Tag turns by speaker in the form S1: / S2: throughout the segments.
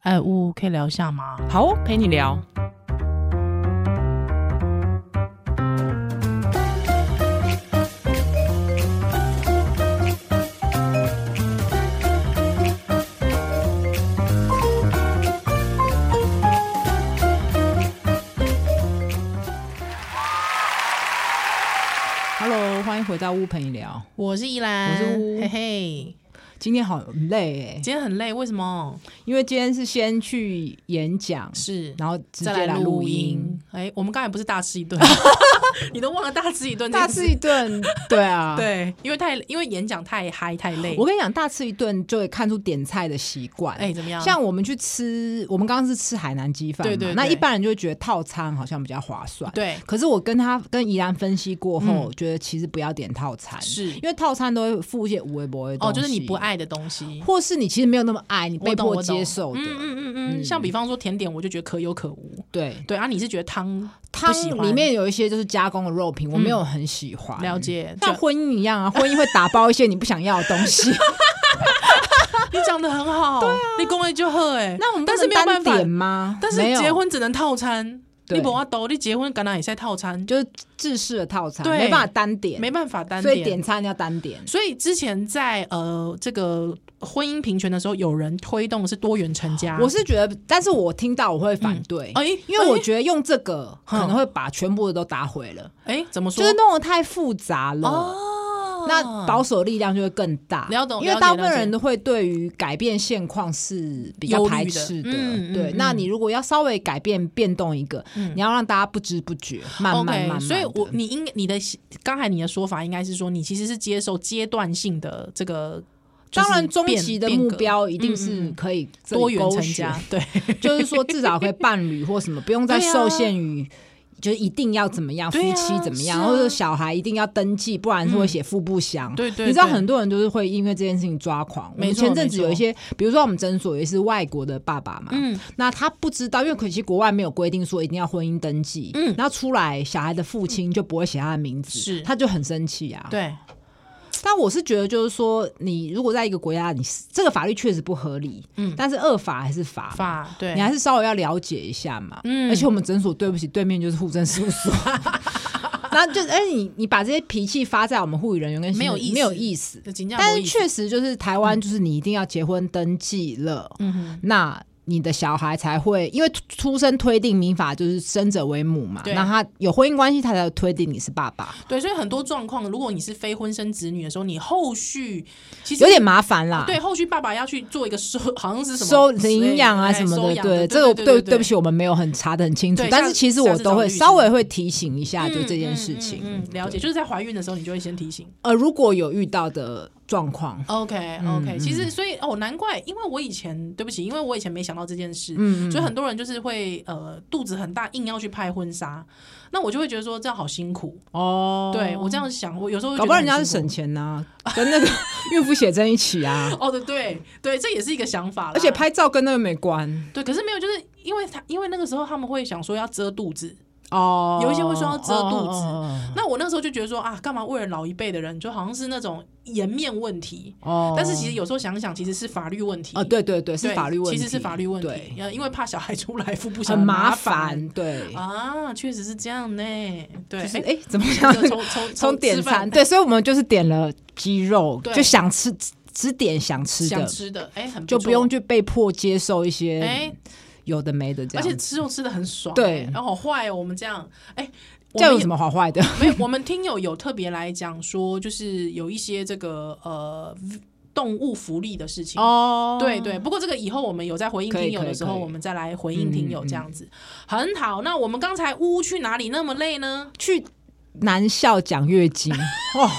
S1: 哎，呜，可以聊一下吗？
S2: 好哦，陪你聊。Hello，欢迎回到屋陪你聊。
S1: 我是依兰，
S2: 我是呜
S1: 嘿嘿，
S2: 今天好累哎，
S1: 今天很累，为什么？
S2: 因为今天是先去演讲，
S1: 是，
S2: 然后直
S1: 再
S2: 接
S1: 来
S2: 来
S1: 录
S2: 录音，。
S1: 哎，我们刚才不是大吃一 顿，你都忘了大吃一顿这
S2: 大
S1: 件事，
S2: 吃一顿， 对啊，。
S1: 对，因为太因为演讲太嗨太累
S2: 我。跟你讲，大吃一顿就会看出点菜的习惯。
S1: 哎，怎么样？
S2: 像我们去吃，我们刚刚是吃海南鸡饭嘛，
S1: 对对
S2: 那
S1: 对
S2: 一般人就会觉得套餐好像比较划算。
S1: 对
S2: 可是我跟他跟怡然分析过后，
S1: 嗯
S2: 觉得其实不要点套餐，
S1: 是
S2: 因为套餐都会附一些无微博的东
S1: 哦，
S2: 西，
S1: 就是你不，爱的东西，
S2: 或是你其实没有那么爱，你被
S1: 我懂
S2: 迫
S1: 我懂
S2: 接受的。
S1: 嗯嗯嗯嗯，像比方说甜点，我就觉得可有可无。
S2: 对，
S1: 对啊，你是觉得汤
S2: 汤
S1: 不喜欢
S2: 里面有一些就是加工的肉品，我没有很喜欢。
S1: 了解？
S2: 像婚姻一样啊，婚姻会打包一些你不想要的东西。
S1: 你讲的很好，对啊，你恭维就喝哎。
S2: 那我们不
S1: 但是
S2: 能
S1: 没有
S2: 单
S1: 办法
S2: 点吗？
S1: 但是
S2: 没有
S1: 结婚只能套餐，
S2: 对
S1: 你不要抖，你结婚敢哪也在套餐，
S2: 就是制式的套餐，
S1: 对
S2: 没办法单点，
S1: 没办法单
S2: 所以
S1: 点
S2: 点。餐要单点。
S1: 所以之前在呃这个婚姻平权的时候，有人推动是多元成家，
S2: 我是觉得，但是我听到我会反对，
S1: 哎，
S2: 因为我
S1: 哎
S2: 觉得用这个可能会把全部的都打毁了，
S1: 哎怎么说？
S2: 就是弄得太复杂了。
S1: 哦
S2: 那保守力量就会更大，
S1: 了懂
S2: 因为
S1: 了解
S2: 大部分
S1: 了解
S2: 人都会对于改变现况是比较
S1: 忧虑
S2: 排
S1: 的
S2: 斥的。
S1: 嗯嗯
S2: 对，
S1: 嗯
S2: 那你如果要稍微改变、变动一个，你要让大家不知不觉，慢慢慢
S1: OK，
S2: 慢
S1: 所以我
S2: 地
S1: 你应你的刚才你的说法应该是说，你其实是接受阶段性的这个，就是
S2: 当然中
S1: 变
S2: 期的
S1: 变
S2: 目
S1: 革
S2: 标一定
S1: 嗯嗯
S2: 是
S1: 嗯
S2: 可以这里
S1: 多元
S2: 勾
S1: 成
S2: 选
S1: 家，对，
S2: 就是说至少可以伴侣或什么，不用再
S1: 对啊
S2: 受限于。就是一定要怎么样，夫
S1: 对啊
S2: 妻怎么样，
S1: 是啊嗯
S2: 或者小孩一定要登记，不然是会写父不详。
S1: 对对
S2: 你知道
S1: 对
S2: 很多人就是会因为这件事情抓狂。我
S1: 没
S2: 们
S1: 错
S2: 前阵子
S1: 没错
S2: 有一些，比如说我们诊所也是外国的爸爸嘛，
S1: 嗯，
S2: 那他不知道，因为可惜国外没有规定说一定要婚姻登记，
S1: 嗯
S2: 然后出来小孩的父亲就不会写他的名字，
S1: 是
S2: 他就很生气啊。
S1: 对，
S2: 但我是觉得，就是说，你如果在一个国家，你是这个法律确实不合理，
S1: 嗯
S2: 但是恶法还是法嘛，
S1: 法对，
S2: 你还是稍微要了解一下嘛。
S1: 嗯
S2: 而且我们诊所对不起，对面就是护政事务 所。然后就，而且你你把这些脾气发在我们护理人员跟
S1: 没有
S2: 行
S1: 意思
S2: 没有意思，
S1: 就请假
S2: 但
S1: 不
S2: 是
S1: 易
S2: 确实就是台湾，就是你一定要结婚登记了，
S1: 嗯哼，
S2: 那你的小孩才会，因为出出生推定民法就是生者为母嘛，
S1: 对
S2: 那他有婚姻关系，他才推定你是爸爸，
S1: 对，所以很多状况，如果你是非婚生子女的时候，你后续其实
S2: 有点麻烦啦。
S1: 对后续爸爸要去做一个收，好像是什么
S2: 收
S1: 之类的
S2: 领养啊
S1: 哎
S2: 什么
S1: 收
S2: 的，
S1: 养对
S2: 对这个
S1: 对
S2: 对
S1: 对
S2: 不，起，我们没有很查的很清楚
S1: 对，
S2: 但
S1: 下
S2: 是其实
S1: 下
S2: 我
S1: 次
S2: 都
S1: 找
S2: 会
S1: 律师
S2: 稍微会提醒一下，
S1: 嗯
S2: 就这件
S1: 嗯
S2: 事
S1: 嗯
S2: 情。
S1: 嗯，嗯了解，就是在怀孕的时候你就会先提醒。
S2: 呃，如果有遇到的状况，
S1: OK OK，、其实所以哦，难怪，因为我以前对不起，因为我以前没想到这件事，
S2: 嗯
S1: 所以很多人就是会呃肚子很大，硬要去拍婚纱，那我就会觉得说这样好辛苦。
S2: 哦，
S1: 对我这样想，我有时候会
S2: 搞
S1: 觉
S2: 不
S1: 得
S2: 好
S1: 很
S2: 人家是
S1: 辛苦
S2: 省钱呐、跟那个孕妇写真一起啊，
S1: 哦，对对对，这也是一个想法啦，
S2: 而且拍照跟那个没关
S1: 对，可是没有，就是因为他因为那个时候他们会想说要遮肚子，
S2: 哦。
S1: 有一些会说要遮肚子
S2: 子
S1: 那我那时候就觉得说啊，干嘛为了老一辈的人，就好像是那种颜面问题。
S2: 哦
S1: 但是其实有时候想想，其实是法律问题
S2: 哦，对对对，是
S1: 对
S2: 法律问题，
S1: 其实是法律问
S2: 对
S1: 题，呃，因为怕小孩出来腹部
S2: 很
S1: 想
S2: 麻
S1: 烦
S2: 烦，对，
S1: 啊，确实是这样呢。对，
S2: 就是
S1: 哎
S2: 哎，怎么
S1: 这
S2: 样？
S1: 个从从
S2: 从点
S1: 吃
S2: 餐，
S1: 饭
S2: 对，所以我们就是点了鸡肉，
S1: 对
S2: 就想吃只只点想吃
S1: 想
S2: 的，
S1: 吃的，哎，很
S2: 就
S1: 错
S2: 不用去被迫接受一些
S1: 哎，
S2: 有的没的这
S1: 而
S2: 样
S1: 且。吃肉吃的很爽，
S2: 对
S1: 哎然后好坏哦，我们这样，哎，我
S2: 这样
S1: 们
S2: 有
S1: 也
S2: 什么好坏的？
S1: 没有，我们听友有特别来讲说，就是有一些这个呃动物福利的事情。
S2: 哦
S1: 对对，不过这个以后我们有在回应
S2: 可以
S1: 听友
S2: 可
S1: 的
S2: 以
S1: 时候，
S2: 可以
S1: 我们再来回应听友
S2: 嗯嗯
S1: 这样子，很好。那我们刚才呜去哪里那么累呢？
S2: 去南校讲月经 哦。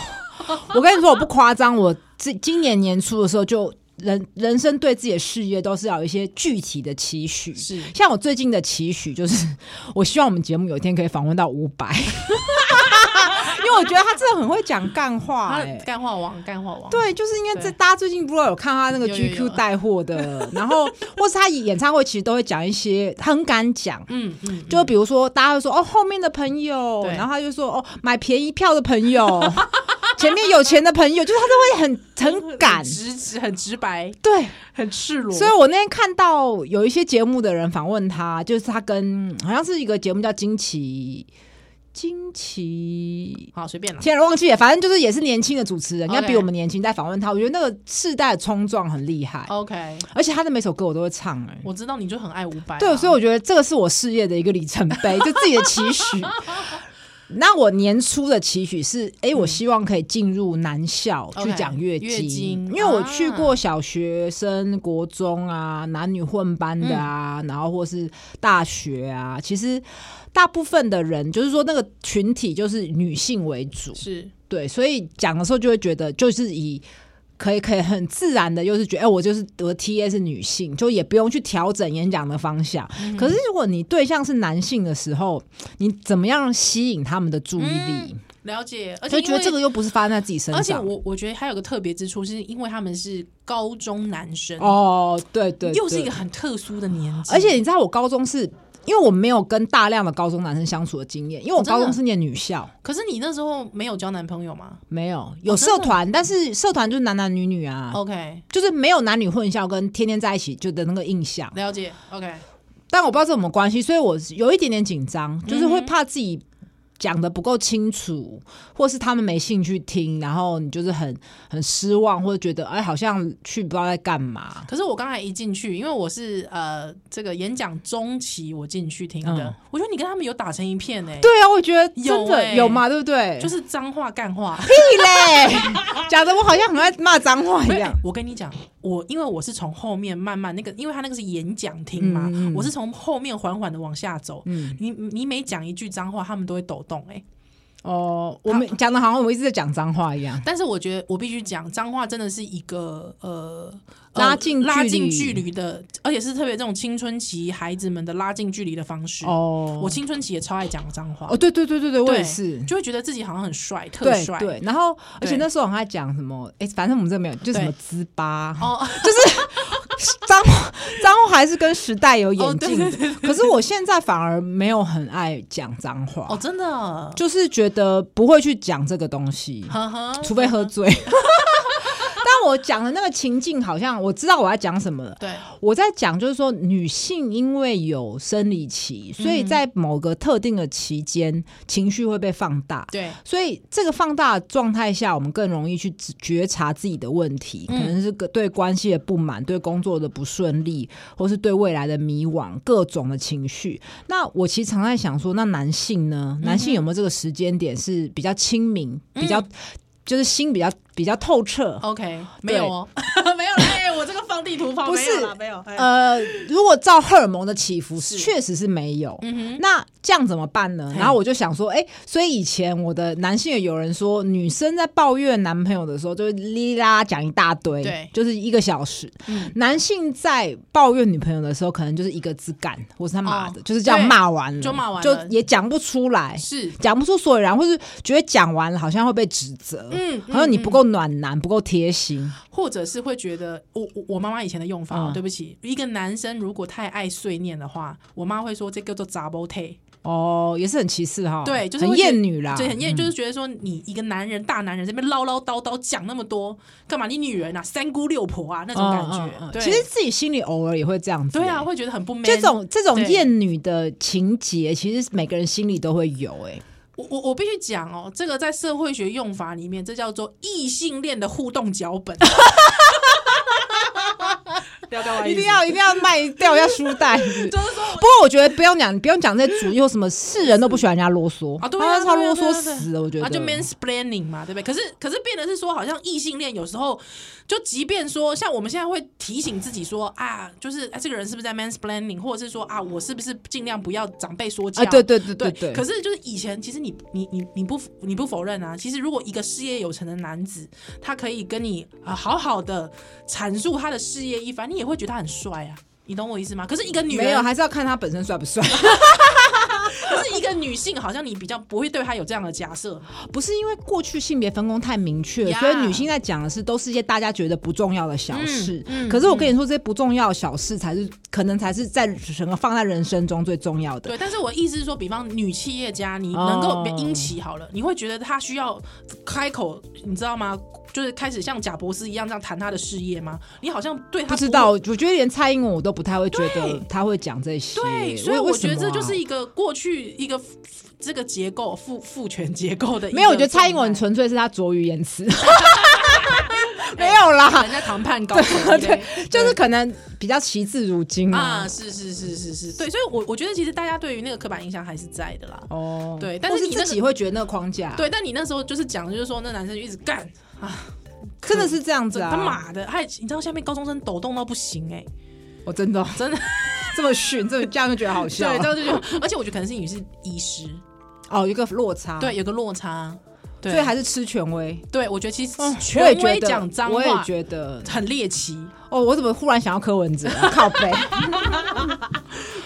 S2: 我跟你说，我不夸张，我今今年年初的时候就人人生对自己的事业都是要有一些具体的期许。
S1: 是
S2: 像我最近的期许就是， 我希望我们节目有一天可以访问到伍佰， 因为我觉得他真的很会讲干话、
S1: 他
S2: 哎。
S1: 干话王，干话王，
S2: 对，就是应该在
S1: 嗯对
S2: 大家最近不知道有看他那个
S1: 有有有
S2: GQ 带 货的，然后或是他演唱会其实都会讲一些，他很敢讲，
S1: 嗯嗯，
S2: 就比如说，大家会说哦，后面的朋友，
S1: 对
S2: 然后他就说哦，买便宜票的朋友。 前面有钱的朋友，就是他 都会很很敢
S1: 很，直哦直很直白，
S2: 对。
S1: 很赤裸。
S2: 所以我那天看到有一些节目的人访问他，就是他跟好像是一个节目叫《惊奇惊奇
S1: 好，随便啦。
S2: 天啊，忘记了，反正就是也是年轻的主持人，应该
S1: OK
S2: 比我们年轻。在访问他，我觉得那个世代的冲撞很厉害，
S1: OK，
S2: 而且他的每首歌我都会唱、哎，
S1: 我知道你就很爱伍佰啊。
S2: 对，所以我觉得这个是我事业的一个里程碑，就自己的期许。那我年初的期许是，哎、我希望可以进入男校
S1: 嗯 OK，
S2: 去讲月
S1: 月经啊
S2: 因为我去过小学生、国中啊，男女混班的啊，
S1: 嗯
S2: 然后或是大学啊，其实大部分的人就是说那个群体就是女性为主，
S1: 是
S2: 对，所以讲的时候就会觉得，就是以可以可以很自然的，又是觉得，哎、我就是我的 T A 是女性，就也不用去调整演讲的方向。
S1: 嗯
S2: 可是如果你对象是男性的时候，你怎么样吸引他们的注意力？
S1: 了解，嗯而
S2: 就
S1: 且
S2: 觉得这
S1: 个，
S2: 个又不是发生在自己身
S1: 而且
S2: 上。
S1: 我我觉得还有个特别之处，是因为他们是高中男生，
S2: 哦，对对
S1: 又是一
S2: 对
S1: 个很特殊的年纪，
S2: 而且你知道，我高中是因为我没有跟大量的高中男生相处的经验，因为我
S1: 哦真的
S2: 高中是念女校。
S1: 可是你那时候没有交男朋友吗
S2: 没有有
S1: 哦真的啊哦
S2: 社团，但是社团就是男男女女啊，
S1: ？OK，
S2: 就是没有男女混校跟天天在一起就的那个印象。
S1: 了解，OK，
S2: 但我不知道这有没有关系，所以我有一点点紧张，就是
S1: 嗯
S2: 会
S1: 哼
S2: 怕自己讲的不够清楚，或是他们没兴趣听，然后你就是很很失望，或者觉得哎，好像去不知道在干嘛。
S1: 可是我刚才一进去，因为我是呃这个演讲中期我进去听的，
S2: 嗯
S1: 我觉得你跟他们有打成一片呢、欸，
S2: 对啊，我觉得真
S1: 有
S2: 的
S1: 欸
S2: 有嘛，对不对？
S1: 就是脏话干话。
S2: 屁嘞，讲的我好像很爱骂脏话啊一样。
S1: 我跟你讲，我因为我是从后面慢慢那个，因为他那个是演讲厅嘛，
S2: 嗯嗯
S1: 我是从后面缓缓的往下走。
S2: 嗯，
S1: 你你每讲一句脏话，他们都会抖动哎、欸
S2: 哦，我们讲的好像我一直在讲脏话一样。
S1: 但是我觉得我必须讲，脏话真的是一个呃呃
S2: 拉近距离
S1: 拉近距离的，呃而且是特别这种青春期孩子们的拉近距离的方式。
S2: 哦，
S1: 我青春期也超爱讲脏话，
S2: 哦，对对对对对，我
S1: 对
S2: 也是。
S1: 就会觉得自己好像很帅，特
S2: 对
S1: 帅。
S2: 对，然后而且
S1: 对
S2: 那时候我还讲什么，哎，反正我们这没有，就什么
S1: 对
S2: 滋巴，
S1: 哦，
S2: 张 脏话还是跟时代有
S1: 哦
S2: 演
S1: 对
S2: 进的，可是我现在反而没有很爱讲脏话，
S1: 哦，真的，
S2: 就是觉得不会去讲这个东西，
S1: 呵呵，
S2: 除非喝醉。 但我讲的那个情境，好像我知道我要讲什么了。
S1: 对，
S2: 我在讲就是说，女性因为有生理期，所
S1: 嗯
S2: 以在某个特定的期间，情绪会被放大。
S1: 对，
S2: 所以这个放大的状态下，我们更容易去自觉察自己的问题，可
S1: 嗯
S2: 能是个对关系的不满、对工作的不顺利，或是对未来的迷惘，各种的情绪。那我其实常在想说，那男性呢？男性有没有这个时间点是比较清明、比较就是心比较比较透彻？
S1: OK，没有哦， 没有啦，哎、我这个放地图炮
S2: 不是
S1: 没有啦没有，哎
S2: 呃，如果照荷尔蒙的起伏，
S1: 是
S2: 确实是没有。
S1: 嗯哼，
S2: 那这样怎么办呢？
S1: 嘿
S2: 然后我就想说，哎、所以以前我的男性也有人说，女生在抱怨男朋友的时候，就是哩哩啦啦讲一大堆，
S1: 对
S2: 就是一个小时；
S1: 嗯
S2: 男性在抱怨女朋友的时候，可能就是一个字干，或是他妈的，
S1: 哦
S2: 就是这样
S1: 对
S2: 骂完了，
S1: 就骂完
S2: 就
S1: 了
S2: 也讲不出来，
S1: 是，
S2: 讲不出所以然，或是觉得讲完了好像会被指责，
S1: 嗯，
S2: 好像你
S1: 嗯
S2: 不够暖男，不够贴心，
S1: 或者是会觉得，我我我妈妈以前的用法、哦，
S2: 嗯
S1: 对不起，一个男生如果太爱碎念的话，我妈会说这叫做 double take，、
S2: 哦，也是很歧视哈，
S1: 对就是
S2: 很
S1: 会觉得
S2: 厌女啦，嗯
S1: 对，很厌，就是觉得说你一个男人大男人这边唠唠叨叨讲那么多，干嘛？你女人啊，三姑六婆啊那种感觉，
S2: 嗯嗯嗯
S1: 对，
S2: 其实自己心里偶尔也会这样子、
S1: 对啊，会觉得很不 man。
S2: 这种这种
S1: 对
S2: 厌女的情节，其实每个人心里都会有、欸。
S1: 我我我必须讲哦，这个在社会学用法里面，这叫做异性恋的互动脚本。不要跟我
S2: 一定要一定要卖掉一下书袋。是不 是
S1: 就是说
S2: 不过我觉得不用讲，不用讲这主义，有什么世人都不喜欢人家啰嗦
S1: 啊对啊
S2: 他他
S1: 对啊
S2: 啰
S1: 对啊
S2: 嗦
S1: 对啊
S2: 死了，我觉得。
S1: 啊，就 mansplaining 嘛，对不对？可是可是变的是说，好像异性恋有时候，就即便说像我们现在会提醒自己说啊，就是、啊、这个人是不是在 mansplaining，或者是说啊，我是不是尽量不要长辈说教？
S2: 啊，对对对
S1: 对
S2: 对对。
S1: 可是就是以前，其实你你你你不你不否认啊，其实如果一个事业有成的男子，他可以跟你啊、呃好好的阐述他的事业一番，你也会觉得他很帅啊。你懂我意思吗？可是一个女人
S2: 没有，还是要看他本身帅不帅。
S1: 就是一个女性，好像你比较不会对她有这样的假设。
S2: 不是因为过去性别分工太明确
S1: 呀
S2: 所以女性在讲的是都是一些大家觉得不重要的小事。
S1: 嗯嗯
S2: 可是我跟你说，这些不重要的小事才是可能才是在整个放在人生中最重要的。
S1: 对，但啊是我意思是说，比方女企业家，你
S2: 哦
S1: 能够英企好了，你会觉得她需要开口，你知道吗？就是开始像贾博士一样这样谈她的事业吗？你好像对她
S2: 不知
S1: 会
S2: 道，我觉得连蔡英文我都不太会觉得
S1: 对
S2: 他会讲这些。
S1: 对，所以
S2: 为
S1: 我觉得这就是
S2: 为什么啊
S1: 一个过去一个父这个结构父父权结构的一个状态。
S2: 没有。我觉得蔡英文纯粹是他拙于言辞， 没有啦，
S1: 人家谈判高层
S2: 对就是可能比较惜字如 金
S1: 啊，
S2: 啊。
S1: 是是是是是，对，所以我我觉得其实大家对于那个刻板印象还是在的啦。
S2: 哦，
S1: 对但
S2: 或
S1: 是
S2: 是
S1: 你那个
S2: 自己会觉得那个框架，，
S1: 对，但你那时候就是讲，就是说那男生就一直干，
S2: 真的是这样子
S1: 这
S2: 啊。
S1: 他妈的，哎，你知道下面高中生抖动到不行哎、
S2: 我哦真的
S1: 真的
S2: 这么逊，这么这样就觉得好笑。
S1: 对，这样就就，而且我觉得可能是你是医师，
S2: 哦，一个落差，
S1: 对，，有个落差，对，
S2: 所以还是吃权威。
S1: 对我觉得其实
S2: 我
S1: 权
S2: 也觉
S1: 威
S2: 得
S1: 讲脏
S2: 我也
S1: 话
S2: 觉得，
S1: 很猎奇，
S2: 哦，我怎么忽然想要柯文哲、 啊、靠背？
S1: 哦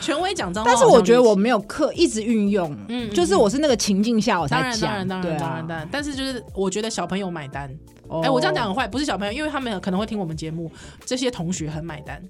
S1: 权威讲脏话
S2: 但
S1: 好像
S2: 是
S1: 猎奇，
S2: 我觉得我没有刻一直运用，
S1: 嗯嗯
S2: 就是我是那个情境下我才
S1: 当然当
S2: 讲，
S1: 然当
S2: 对
S1: 然
S2: 啊
S1: 当然当然，但是就是我觉得小朋友买单，
S2: 哦
S1: 哎、我这样讲很坏，不是小朋友，因为他们可能会听我们节目，这些同学很买单。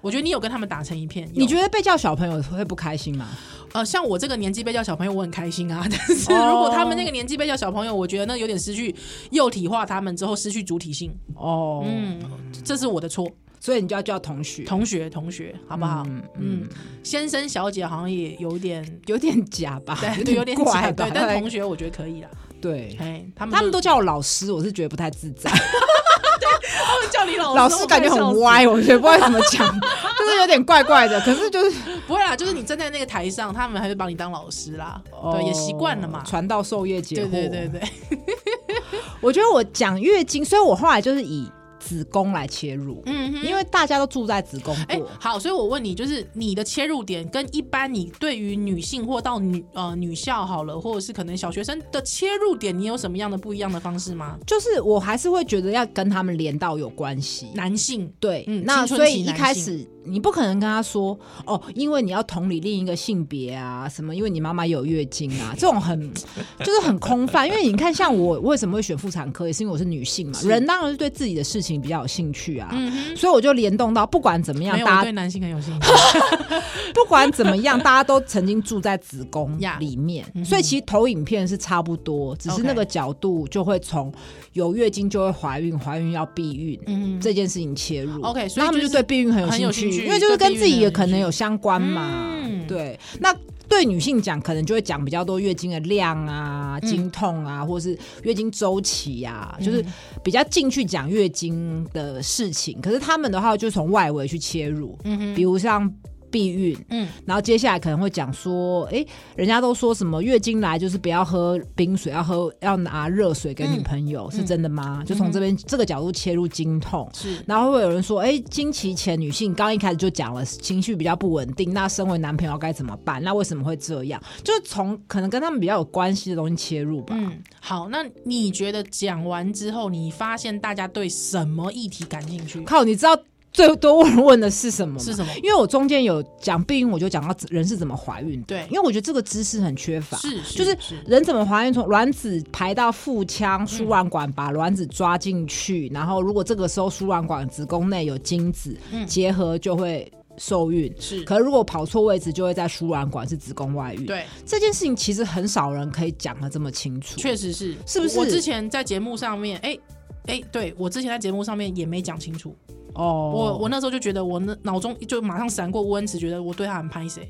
S1: 我觉得你有跟他们打成一片，
S2: 你
S1: 有
S2: 觉得被叫小朋友会不开心吗？
S1: 呃，像我这个年纪被叫小朋友，我很开心啊。但是
S2: 哦
S1: 如果他们那个年纪被叫小朋友，我觉得那有点失去幼体化，他们之后失去主体性。
S2: 哦，
S1: 嗯，这是我的错。
S2: 所以你就要叫同学，
S1: 同学，同学，好不好？嗯，先生小姐好像也有点，
S2: 有点假吧，
S1: 对，
S2: 点
S1: 有点
S2: 怪
S1: 假，对，，
S2: 吧
S1: 但同学我觉得可以啦。
S2: 对。
S1: 哎，他们
S2: 他们
S1: 都
S2: 都叫我老师，我是觉得不太自在。
S1: 叫你老师，
S2: 老师感觉
S1: 我快笑死
S2: 很歪，我觉得不知道怎么讲， 就是有点怪怪的。可是就是
S1: 不会啦，就是你站在那个台上，他们还是把你当老师啦， 对，也习惯了嘛。
S2: 哦传哦道授业解
S1: 对
S2: 惑。
S1: 对对对，
S2: 我觉得我讲月经，所以我后来就是以子宫来切入，
S1: 嗯哼。
S2: 因为大家都住在子宫
S1: 哎、
S2: 过。
S1: 好，所以我问你，就是你的切入点跟一般你对于女性或到女呃女校好了，或者是可能小学生的切入点，你有什么样的不一样的方式吗？
S2: 就是我还是会觉得要跟他们连到有关系。
S1: 男性
S2: 对，
S1: 嗯
S2: 那
S1: 青春
S2: 所
S1: 期
S2: 以一
S1: 男
S2: 开
S1: 性
S2: 始你不可能跟他说哦，因为你要同理另一个性别啊，什么，因为你妈妈有月经啊，这种很就是很空泛。因为你看，像我为什么会选妇产科，也是因为我是女性嘛，
S1: 是嗯
S2: 人当然是对自己的事情比较有兴趣啊，所以我就联动到不管怎么样
S1: 没，有，我
S2: 大家
S1: 对男性很有 兴趣。
S2: 不管怎么样，大家都曾经住在子宫
S1: 呀嗯
S2: 里面所以其实投影片是差不多，只是
S1: OK
S2: 那个角度就会从有月经就会怀孕，怀孕要避孕、
S1: 嗯
S2: 这件事情切入。
S1: OK，所
S2: 那
S1: 以
S2: 他们
S1: 就
S2: 就是对避孕很有
S1: 很有
S2: 趣，
S1: 兴趣
S2: 因为就是
S1: 对
S2: 跟
S1: 避孕
S2: 自己
S1: 很
S2: 也
S1: 有
S2: 可能
S1: 兴趣
S2: 有相关嘛。
S1: 嗯
S2: 对，那对女性讲，可能就会讲比较多月经的量
S1: 嗯
S2: 啊、经痛啊，或是月经周期啊，就是比较进去讲月经的事情。可是他们的话，就从外围去切入，比如像。避孕，
S1: 嗯，
S2: 然后接下来可能会讲说，诶，人家都说什么月经来就是不要喝冰水，要喝要拿热水给女朋友，
S1: 嗯
S2: 是真的吗？就从这边、这个角度切入经痛，
S1: 是
S2: 然后会有人说，哎，经期前女性刚一开始就讲了情绪比较不稳定，那身为男朋友该怎么办？那为什么会这样？就是从可能跟他们比较有关系的东西切入吧。
S1: 嗯，好，那你觉得讲完之后，你发现大家对什么议题感兴趣？
S2: 靠，你知道最多人问的是什么吗？
S1: 是什么
S2: 因为我中间有讲避孕，我就讲到人是怎么怀孕的，
S1: 对
S2: 因为我觉得这个知识很缺乏。
S1: 是
S2: 就是
S1: 是
S2: 人怎么怀孕？从卵子排到腹腔，输卵管把卵子抓进
S1: 嗯
S2: 去，然后如果这个时候输卵管子宫内有精子、结合，就会受孕。
S1: 嗯是，
S2: 可是如果跑错位置，就会在输卵管是子宫外孕。，
S1: 对，
S2: 这件事情其实很少人可以讲的这么清楚。
S1: 确实是，
S2: 是不是
S1: 我之前在节目上面，哎、哎、对我之前在节目上面也没讲清楚，
S2: 哦，
S1: 我我那时候就觉得我那脑中就马上闪过吴恩慈，觉得我对他很拍谁。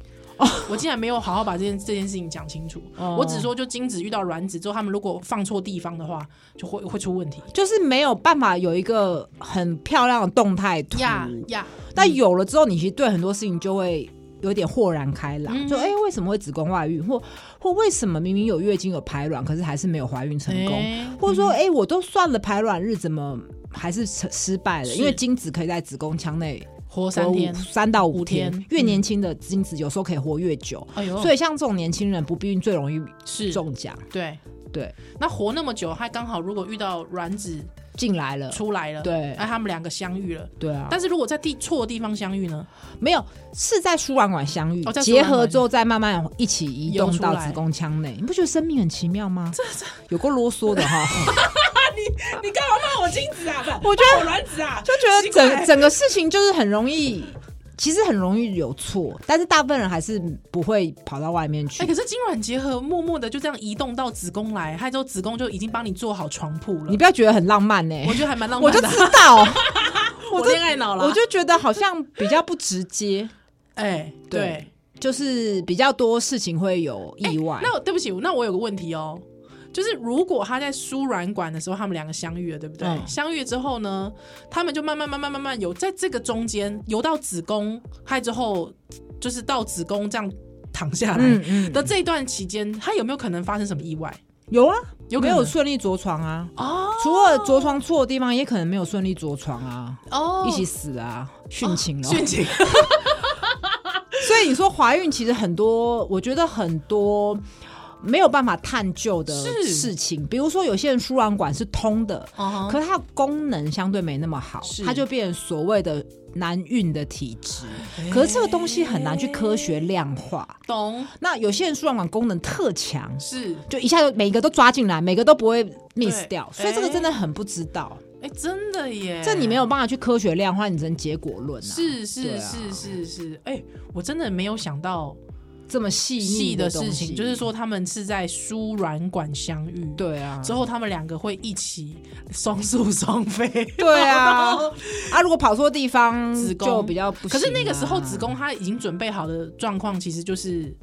S1: 我竟然没有好好把这件这件事情讲清楚。
S2: 哦
S1: 我只说就精子遇到卵子之后，他们如果放错地方的话，就会会出问题。
S2: 就是没有办法有一个很漂亮的动态图。
S1: 呀呀，
S2: 那有了之后，你其实对很多事情就会。有点豁然开
S1: 嗯
S2: 朗，就哎、诶为什么会子宫外孕，或或为什么明明有月经有排卵，可是还是没有怀孕成功，
S1: 哎
S2: 或者说哎、诶我都算了排卵日，怎么还是成失败了？
S1: 是
S2: 因为精子可以在子宫腔内
S1: 活
S2: 活
S1: 三
S2: 五
S1: 天，
S2: 三到五
S1: 五
S2: 天
S1: 天，
S2: 越年轻的精子有时候可以活越久，
S1: 哎呦，
S2: 所以像这种年轻人不避孕最容易
S1: 是
S2: 中奖。
S1: 对
S2: 对，
S1: 那活那么久，他刚好如果遇到卵子
S2: 进来了，
S1: 出来了，
S2: 对
S1: 哎，他们两个相遇了。
S2: 对啊，
S1: 但是如果在地错地方相遇呢？
S2: 没有是在输卵管相遇，
S1: 哦在输
S2: 结
S1: 卵管
S2: 合之后再慢慢一起移动
S1: 游出
S2: 到
S1: 来
S2: 子宫腔内，你不觉得生命很奇妙吗？这这有够啰嗦的 哈，
S1: 你干嘛骂我精子啊？
S2: 我觉得
S1: 我卵子啊？
S2: 就觉得
S1: 奇怪
S2: 整整个事情就是很容易，其实很容易有错，但是大部分人还是不会跑到外面去。
S1: 哎、可是精卵结合默默的就这样移动到子宫来，害之后子宫就已经帮你做好床铺了
S2: 你。不要觉得很浪漫呢、
S1: 我觉得还蛮浪
S2: 我
S1: 漫
S2: 就
S1: 的
S2: 知
S1: 啊，
S2: 道，
S1: 我
S2: 就
S1: 恋爱脑了。
S2: 我就觉得好像比较不直接，
S1: 哎、对
S2: 对，就是比较多事情会有意外。
S1: 哎那我对不起，那我有个问题哦，就是如果他在输卵管的时候，他们两个相遇了，对不对？
S2: 嗯
S1: 相遇之后呢，他们就慢慢慢慢慢慢游，在这个中间游到子宫，还之后就是到子宫这样躺下来、
S2: 嗯嗯，
S1: 的这一段期间，他有没有可能发生什么意外？
S2: 有啊，
S1: 有可
S2: 没
S1: 能
S2: 有顺利着床啊？
S1: 哦
S2: 除了着床错的地方，也可能没有顺利着床啊，
S1: 哦
S2: 一起死啊，殉情了。
S1: 殉情，哦
S2: 所以你说怀孕其实很多，我觉得很多。没有办法探究的
S1: 是
S2: 事情，比如说有些人输卵管是通的，
S1: 哦
S2: 可是它的功能相对没那么好
S1: 是，
S2: 它就变成所谓的难孕的体质。
S1: 哎
S2: 可是这个东西很难去科学量化。
S1: 懂
S2: 那有些人输卵管功能特强，
S1: 是
S2: 就一下就每个都抓进来，每个都不会 miss
S1: 对
S2: 掉，所以这个真的很不知道，
S1: 哎、真的耶，
S2: 这你没有办法去科学量化，你只能结果论啊。
S1: 是是
S2: 对啊
S1: 是是是，哎、我真的没有想到
S2: 这么细腻
S1: 细的
S2: 东
S1: 事情，
S2: 西
S1: 就是，说他们是在输卵管相遇，
S2: 对啊，
S1: 之后他们两个会一起双宿双飞。
S2: 对啊
S1: 然 后，
S2: 啊，如果跑错地方，
S1: 子宫
S2: 就比较不
S1: 可
S2: 行啊、
S1: 是那个时候子宫它已经准备好的状况，其实就是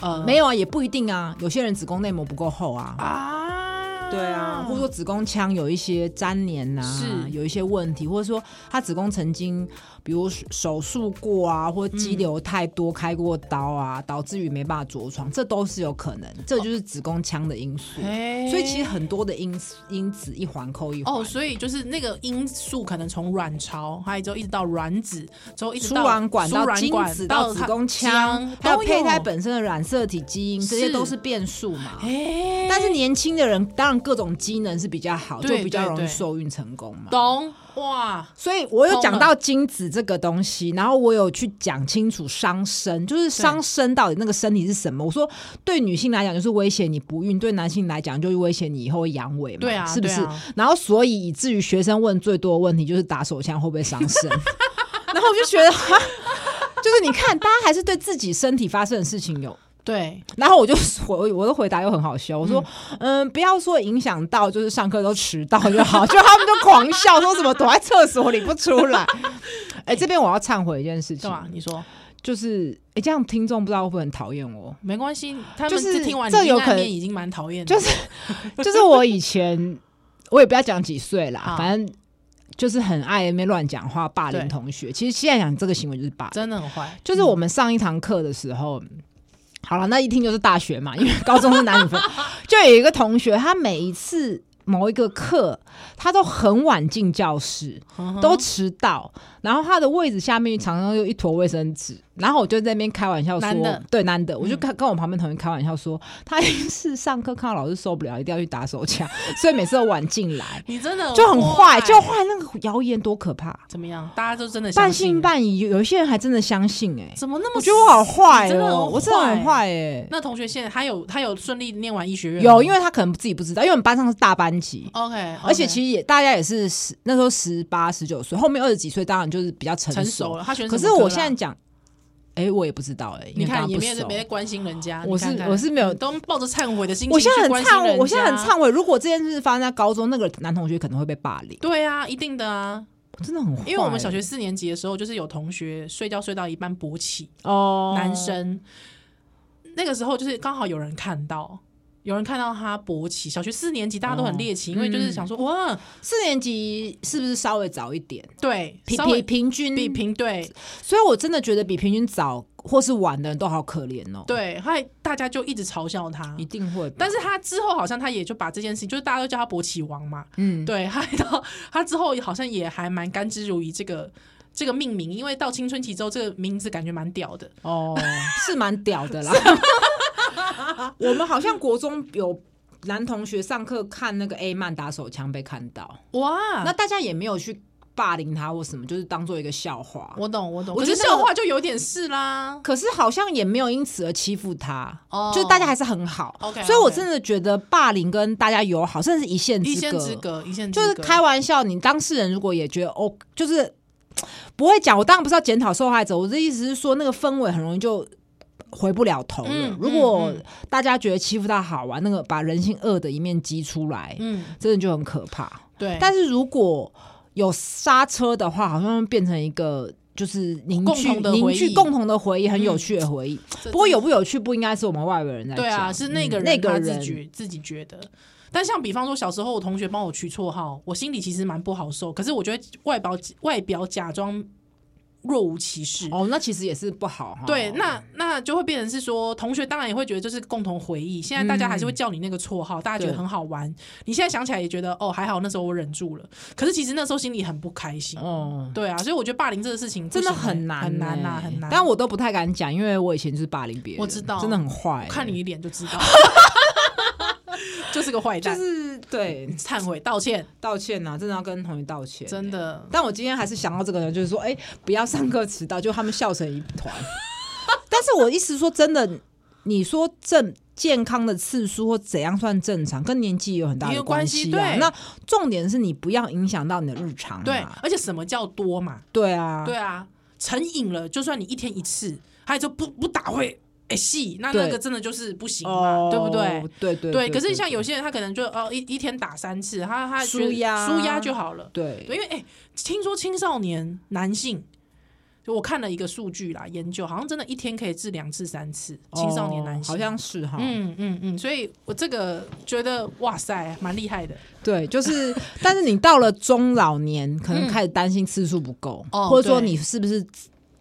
S1: 呃
S2: 没有啊，也不一定啊，有些人子宫内膜不够厚啊。
S1: 啊，
S2: 对啊，或者说子宫腔有一些粘连呐、啊
S1: 是
S2: 有一些问题，或者说她子宫曾经比如手术过啊，或肌瘤太多、开过刀啊，
S1: 嗯
S2: 导致于没办法着床，这都是有可能，这就是子宫腔的因素。
S1: 哎
S2: 所以其实很多的因素因子一环扣一环。
S1: 哦，所以就是那个因素可能从卵巢，还有之后一直到卵子，之后一直
S2: 输
S1: 到
S2: 卵管
S1: 输
S2: 到
S1: 卵
S2: 精
S1: 管
S2: 子
S1: 到
S2: 到子
S1: 它
S2: 宫腔，还有
S1: 都
S2: 胚胎本身的染色体基因，这些
S1: 是
S2: 都是变数嘛。
S1: 哎，
S2: 但是年轻的人当然各种机能是比较好，就
S1: 对
S2: 比较
S1: 对
S2: 容易
S1: 对
S2: 受孕成功嘛。
S1: 懂哇？
S2: 所以我有
S1: 通
S2: 讲
S1: 了
S2: 到精子这个东西，然后我有去讲清楚伤身，就是伤身到底那个身体是什么。我说对女性来讲就是威胁你不孕，对男性来讲就是威胁你以后会阳痿嘛，
S1: 对啊
S2: 是不是？
S1: 对啊
S2: 然后所以以至于学生问最多的问题就是打 手枪会不会伤身，然后我就觉得。 哈就是你看，大家还是对自己身体发生的事情有
S1: 对，
S2: 然后我就 我我的回答又很好笑，我说嗯，不要说影响到就是上课都迟到就好，就他们就狂笑说什么躲在厕所里不出来。哎、这边我要忏悔一件事
S1: 干
S2: 情，
S1: 嘛？啊你说
S2: 就是哎、这样听众不知道会不会很讨厌我？
S1: 没关系，他
S2: 就
S1: 们
S2: 是
S1: 听完
S2: 这
S1: 你
S2: 有
S1: 那
S2: 可能
S1: 面已经蛮讨厌的，
S2: 就是就是我以前我也不要讲几岁啦，
S1: 好
S2: 反正就是很爱在那边乱讲话霸凌
S1: 对
S2: 同学。其实现在讲这个行为就是霸凌。
S1: 真的很坏，
S2: 就是我们上一堂课的时候，好了，那一听就是大学嘛，因为高中是男女分， 就有一个同学，他每一次某一个课，他都很晚进教室，
S1: 嗯哼
S2: 都迟到，然后他的位置下面常常有一坨卫生纸，然后我就在那边开玩笑说，
S1: 男的嗯
S2: 对男的，我就跟跟我旁边同学开玩笑说，他一定是上课看到老师受不了，一定要去打手枪，所以每次都晚进来，
S1: 你真的
S2: 就很坏，就后来那个谣言多可怕，
S1: 怎么样？大家都真的
S2: 半
S1: 相
S2: 信
S1: 信了，
S2: 半疑，有有一些人还真的相信、欸，哎。
S1: 怎么那么？
S2: 我觉得我好坏
S1: 你真的
S2: 哦、
S1: 很
S2: 我真的很
S1: 坏
S2: 坏哎、
S1: 那同学现在他有他有顺利念完医学院吗，
S2: 有，因为他可能自己不知道，因为我们班上是大班级。
S1: OK，,
S2: 而且其
S1: 实
S2: 实也大家也是十那时候十八十九岁，后面二十几岁当然就是比较成熟。
S1: 成熟了，他选
S2: 可
S1: 什
S2: 是
S1: 么科
S2: 我
S1: 啦
S2: 现在讲，哎、我也不知道哎、因
S1: 你
S2: 为刚
S1: 看
S2: 刚
S1: 也
S2: 不
S1: 没有
S2: 熟
S1: 没在关心人家，
S2: 我
S1: 你看
S2: 是
S1: 看
S2: 我是没有
S1: 你都抱着忏悔的心情，
S2: 我现在很
S1: 忏
S2: 忏，我现在很，忏悔。如果这件事发生在高中，那个男同学可能会被霸凌，
S1: 对啊，一定的啊，
S2: 我真的很坏欸、
S1: 因为我们小学四年级的时候，就是有同学睡觉睡到一半勃起，
S2: 哦，
S1: 男生，那个时候就是刚好有人看到。有人看到他勃起，小学四年级大家都很猎奇，
S2: 嗯
S1: 因为就是想说哇，
S2: 四年级是不是稍微早一点？
S1: 对，
S2: 平
S1: 稍
S2: 平
S1: 微
S2: 平均
S1: 比平对
S2: 所以我真的觉得比平均早或是晚的人都好可怜哦、，
S1: 对，后来大家就一直嘲笑他
S2: 一，定会吧。
S1: 但是他之后好像他也就把这件事情，就是大家都叫他勃起王嘛，
S2: 嗯，
S1: 对， 他到他之后好像也还蛮甘之如饴这个这个命名，因为到青春期之后，这个名字感觉蛮屌的。
S2: 哦，是蛮屌的啦。我们好像国中有男同学上课看那个 A 曼打手枪被看到，
S1: 哇
S2: 那，大家也没有去霸凌他或什么，就是当做一个笑话。
S1: 我懂我懂，
S2: 我
S1: 可
S2: 觉
S1: 是
S2: 得那个
S1: 笑话就有点事啦。
S2: 可是好像也没有因此而欺负他，
S1: 哦
S2: 就是大家还是很好。
S1: OK，
S2: 所以我
S1: OK
S2: 真的觉得霸凌跟大家友好，甚至是一线
S1: 一线之隔，一线之隔
S2: 就是开玩笑，你当事人如果也觉得哦，就是不会讲，我当然不是要检讨受害者，我的意思是说那个氛围很容易就。回不了头了。
S1: 嗯
S2: 如果
S1: 嗯嗯
S2: 大家觉得欺负他好玩，那个把人性恶的一面激出来，
S1: 嗯，
S2: 真的就很可怕。
S1: 对，
S2: 但是如果有刹车的话，好像会变成一个就是凝
S1: 共
S2: 聚
S1: 同的回忆嗯
S2: 凝聚共同的回忆，很有趣的回忆。
S1: 这
S2: 不过有不有趣，不应该是我们外人来讲。
S1: 对啊，是那个
S2: 嗯
S1: 人
S2: 那个
S1: 他自
S2: 人
S1: 己自己觉得。但像比方说，小时候我同学帮我取绰号，我心里其实蛮不好受。可是我觉得外表外表假装若无其事，
S2: 哦，那其实也是不好哈。
S1: 对，那那就会变成是说，同学当然也会觉得这是共同回忆。现在大家还是会叫你那个绰号，大家觉得
S2: 嗯对
S1: 很好玩。你现在想起来也觉得哦，还好那时候我忍住了。可是其实那时候心里很不开心。
S2: 哦，
S1: 对啊，所以我觉得霸凌这个事情
S2: 真的
S1: 不行欸
S2: 很难、
S1: 很难呐，很难。
S2: 但我都不太敢讲，因为我以前就是霸凌别人，
S1: 我知道
S2: 真的很坏、欸
S1: 看你一脸就知 道，就是个坏
S2: 就
S1: 蛋。
S2: 是对
S1: 忏悔道歉，
S2: 道歉呐、真的要跟同学道歉，
S1: 真。的。
S2: 但我今天还是想到这个人，就是说，哎、不要上课迟到，就他们笑成一团。 但是我意思说，真的，你说正健康的次数或怎样算正常，跟年纪有很大
S1: 也有
S2: 的
S1: 关系
S2: 系、啊。
S1: 对
S2: 那重点是你不要影响到你的日常、啊。
S1: 对，而且什么叫多嘛？
S2: 对啊，
S1: 对啊，成瘾了，就算你一天一次，还有就不不打会哎戏，那那
S2: 对
S1: 个真的就是不行嘛，
S2: 哦，
S1: 对不对？？
S2: 对对
S1: 对，可是像有些人他可能就哦一一天打三次，他他
S2: 舒压
S1: 舒压就好了。
S2: 对
S1: 对，因为哎，听说青少年男性，就我看了一个数据啦，研究好像真的一天可以治两次三次，青少年男
S2: 哦
S1: 性
S2: 好像是哈，
S1: 嗯嗯嗯，所以我这个觉得哇塞，蛮厉害的。
S2: 对，就是，但是你到了中老年，可能开始担心次数不够，
S1: 嗯哦
S2: 或者说
S1: 对
S2: 你是不是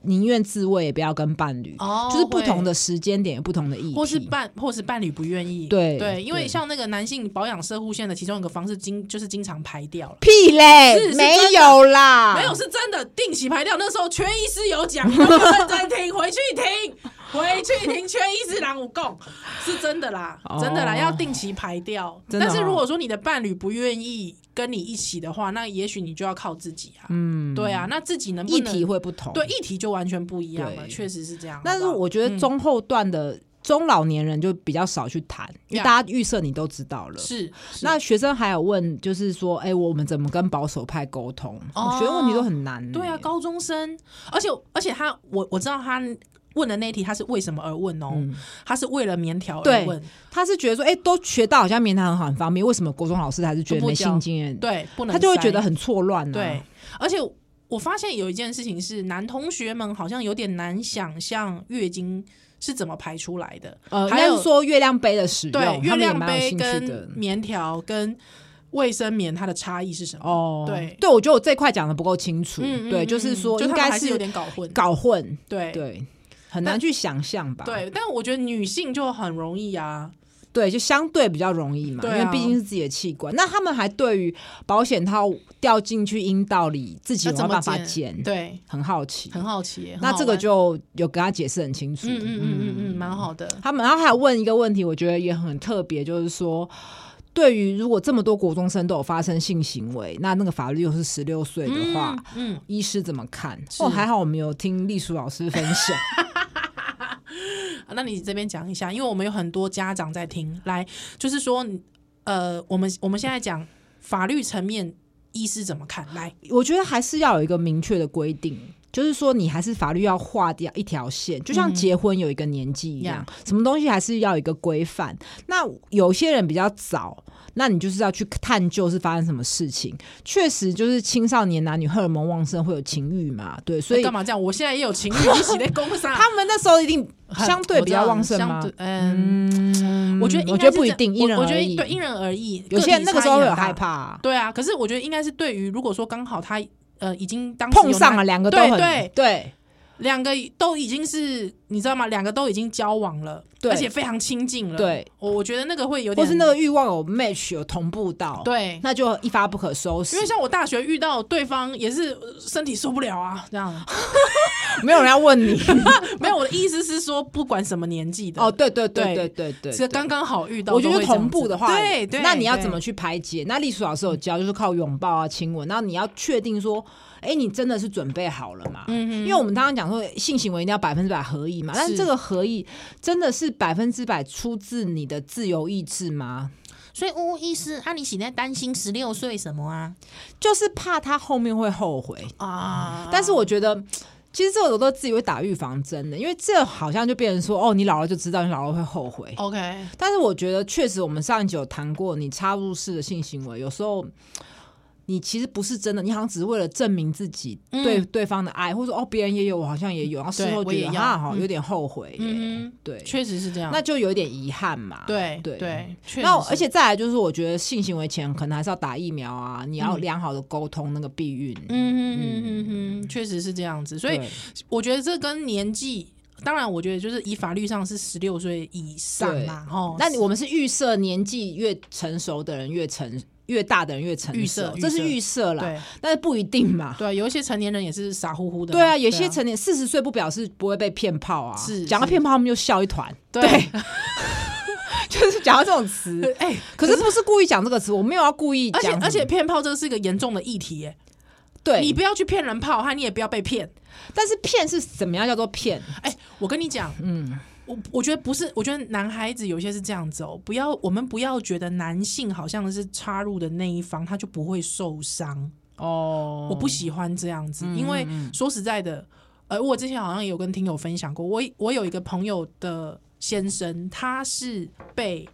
S2: 宁愿自慰也不要跟伴侣，
S1: 哦
S2: 就是不同的时间点有不同的意义，
S1: 或是伴或是伴侣不愿意，
S2: 对
S1: 对，因为
S2: 对
S1: 像那个男性保养射护线的其中一个方式经就是经常排掉了。
S2: 屁
S1: 是
S2: 嘞，
S1: 是
S2: 没
S1: 真的
S2: 有啦，
S1: 没有是真的，定期排掉。那时候缺医师有 讲，你都不认真听，回去听，回去听缺医师狼武共是真的啦，
S2: 哦
S1: 真的啦，要定期排掉。
S2: 真的
S1: 但
S2: 哦
S1: 是如果说你的伴侣不愿意跟你一起的话，那也许你就要靠自己啊。
S2: 嗯，
S1: 对啊，那自己能不
S2: 议
S1: 能
S2: 题会不同，
S1: 对，议题就完全不一样了，
S2: 对
S1: 确实是这样。
S2: 但是
S1: 好不好嗯
S2: 我觉得中后段的中老年人就比较少去谈，因为
S1: Yeah
S2: 大家预设你都知道了，
S1: 是是
S2: 那学生还有问，就是说，哎、我们怎么跟保守派沟通？
S1: 哦
S2: 学生问题都很难、
S1: 对啊，，高中生，而且而且他，我我知道他问的那一题，他是为什么而问哦？他是为了棉条而
S2: 嗯对
S1: 问，
S2: 他是觉得说，哎、都学到好像棉谈很好很方便，为什么国中老师还是觉得没新经验？
S1: 对，不能
S2: 他就会
S1: 塞
S2: 觉得很错乱、啊。
S1: 对，，而且我发现有一件事情是，男同学们好像有点难想象月经是怎么排出来的，
S2: 呃，应
S1: 还
S2: 该
S1: 有
S2: 是说月亮杯的使用，
S1: 对月
S2: 他们也
S1: 亮
S2: 蛮有
S1: 杯
S2: 兴趣的
S1: 跟。棉条跟卫生棉它的差异是什么？
S2: 哦，
S1: 对
S2: 对，我觉得我这块讲的不够清楚。
S1: 嗯，嗯
S2: 对，
S1: 嗯
S2: 就是
S1: 嗯
S2: 说
S1: 就
S2: 应
S1: 他们
S2: 该
S1: 还是有点搞混，
S2: 搞混，
S1: 对
S2: 对，很难
S1: 但
S2: 去想象吧？
S1: 对，但我觉得女性就很容易啊，
S2: 对，就相对比较容易嘛，
S1: 对啊
S2: 因为毕竟是自己的器官。那他们还对于保险套掉进去阴道里，自己
S1: 要
S2: 有没
S1: 怎
S2: 有
S1: 么
S2: 办法
S1: 剪
S2: 剪，
S1: 对，
S2: 很好奇。
S1: 很好奇耶，很
S2: 那
S1: 好
S2: 这个
S1: 玩
S2: 就有跟他解释很清楚。
S1: 嗯嗯嗯嗯嗯，蛮好的。
S2: 他们然后还有问一个问题，我觉得也很特别，就是说。对于如果这么多国中生都有发生性行为，那那个法律又是十六岁的话，
S1: 嗯，
S2: 医师怎么看？哦，还好我们有听丽淑老师分享，
S1: 嗯那你这边讲一下，因为我们有很多家长在听，来，就是说，呃，我们我们现在讲法律层面，医师怎么看？来，
S2: 我觉得还是要有一个明确的规定，就是说你还是法律要划掉一条线，就
S1: 嗯
S2: 像结婚有一个年纪一样，什么东西还是要有一个规范。那有些人比较早，那你就是要去探究是发生什么事情。确实，就是青少年男女荷尔蒙旺盛会有情欲嘛，对，所以
S1: 哎干嘛这样？我现在也有情侣一起在攻上，
S2: 他们那时候一定
S1: 很
S2: 相对比较旺盛？
S1: 我
S2: 吗
S1: 知？道相对嗯，我觉得应
S2: 我
S1: 该
S2: 觉
S1: 是
S2: 得不
S1: 这
S2: 一
S1: 样
S2: 定，因
S1: 我
S2: 人
S1: 我觉
S2: 而
S1: 得
S2: 异。
S1: 对因人而异，
S2: 有些人
S1: 体
S2: 那个
S1: 差
S2: 时候
S1: 异
S2: 会
S1: 很
S2: 有
S1: 大
S2: 害，怕啊、
S1: 对啊。可是我觉得应该是对于如果说刚好他呃已经当时
S2: 碰
S1: 有
S2: 上啊
S1: 男
S2: 了，两个都
S1: 对
S2: 很
S1: 对
S2: 对
S1: 两个都已经是你知道吗？两个都已经交往了，
S2: 对
S1: 而且非常亲近了。
S2: 对，
S1: 我我觉得那个会有
S2: 或
S1: 点，
S2: 是那个欲望有 match 有同步到，
S1: 对，
S2: 那就一发不可收拾
S1: 因为。像我大学遇到 对方也是呃身体受不了啊，这样
S2: 没有人要问你，
S1: 没有我的意思是说，不管什么年纪的
S2: 哦，，对对对
S1: 对
S2: 对对对，
S1: 是
S2: 对
S1: 刚刚好遇到，
S2: 我觉
S1: 都
S2: 得
S1: 会这样
S2: 同步
S1: 子
S2: 的话，
S1: 对对，
S2: 那你要
S1: 对
S2: 怎么？去排解？那历史老师有教，就是靠拥抱啊、亲吻。然后你要确定说，哎，你真的是准备好了吗？
S1: 嗯哼
S2: 因为我们刚刚讲说性行为一定要百分之百合意嘛，但是
S1: 是
S2: 这个合意真的是百分之百出自你的自由意志吗？
S1: 所以呜呜意思，啊，你现在担心十六岁什么啊
S2: 就是怕他后面会后悔，
S1: 啊？
S2: 但是我觉得。其实这个我都自己会打预防针的，因为这好像就变成说，哦，你老了就知道，你老了会后悔。
S1: OK，
S2: 但是我觉得确实，我们上一集有谈过，你插入式的性行为，有时候你其实不是真的，你好像只是为了证明自己
S1: 嗯
S2: 对对方的爱，或者说哦别人也有，我好像也有，然后事
S1: 对
S2: 后
S1: 我
S2: 觉
S1: 也
S2: 得
S1: 要
S2: 啊哈
S1: 嗯
S2: 有点后悔耶，
S1: 嗯哼，
S2: 对，
S1: 确实是这样。
S2: 那就有点遗憾嘛，
S1: 对
S2: 对。
S1: 对，确
S2: 那
S1: 实是
S2: 而且再来就是，我觉得性行为前可能还是要打疫苗啊，你要
S1: 嗯
S2: 良好的沟通那个避孕。
S1: 嗯嗯嗯嗯，确实是这样子。所以
S2: 对
S1: 我觉得这跟年纪，当然我觉得就是以法律上是十六岁以上嘛，哈。
S2: 那你我们是预设年纪越成熟的人越成越大的人越成
S1: 预设
S2: 熟，
S1: 预
S2: 这是
S1: 设
S2: 预设啦，
S1: 对
S2: 但是不一定嘛。
S1: 对，有一些成年人也是傻乎乎的嘛。
S2: 对啊，有些成年四十岁不表示不会被骗炮啊，
S1: 是
S2: 讲到
S1: 是
S2: 骗炮，他们就笑一团，
S1: 对，
S2: 就是讲到这种词。
S1: 哎，
S2: 可是不是故意讲这个词，我没有要故意
S1: 而
S2: 讲
S1: 且
S2: 什么，
S1: 而且骗炮这个是一个严重的议题耶，你
S2: 对，
S1: 不要去骗人炮，哈，你也不要被骗。
S2: 但是骗是怎么样叫做骗？
S1: 哎，我跟你讲，嗯。我我觉得不是，我觉得男孩子有些是这样子哦，不要我们不要觉得男性好像是插入的那一方，他就不会受伤。
S2: 哦嗯
S1: 我不喜欢这样子，因为说实在的，呃，我之前好像也有跟听友分享过，我我有一个朋友的先生，他是被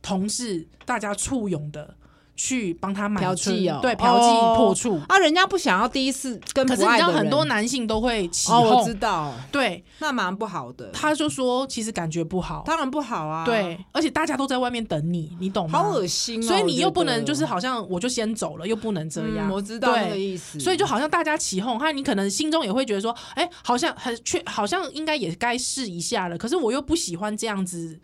S1: 同事大家簇拥的去帮他买
S2: 嫖
S1: 春
S2: 妓哦
S1: 对，嫖妓
S2: 哦
S1: 破处。
S2: 啊，人家不想要第一次跟
S1: 可是
S2: 不
S1: 你
S2: 爱
S1: 知
S2: 的
S1: 道，
S2: 人
S1: 很多男性都会起
S2: 哦，我
S1: 哄，
S2: 知道，
S1: 对，
S2: 那蛮不好的，
S1: 他就说其实感觉不好，
S2: 当然不好啊，，
S1: 对，而且大家都在外面等你，你懂吗？
S2: 好恶心哦，
S1: 所以你又
S2: 我觉
S1: 不能
S2: 得
S1: 就是好像我就先走了，又不能这样。
S2: 嗯我知道
S1: 对
S2: 那个意思，
S1: 所以就好像大家起哄，还有你可能心中也会觉得说，哎、好像很确，好像应该也该试一下了。可是我又不喜欢这样子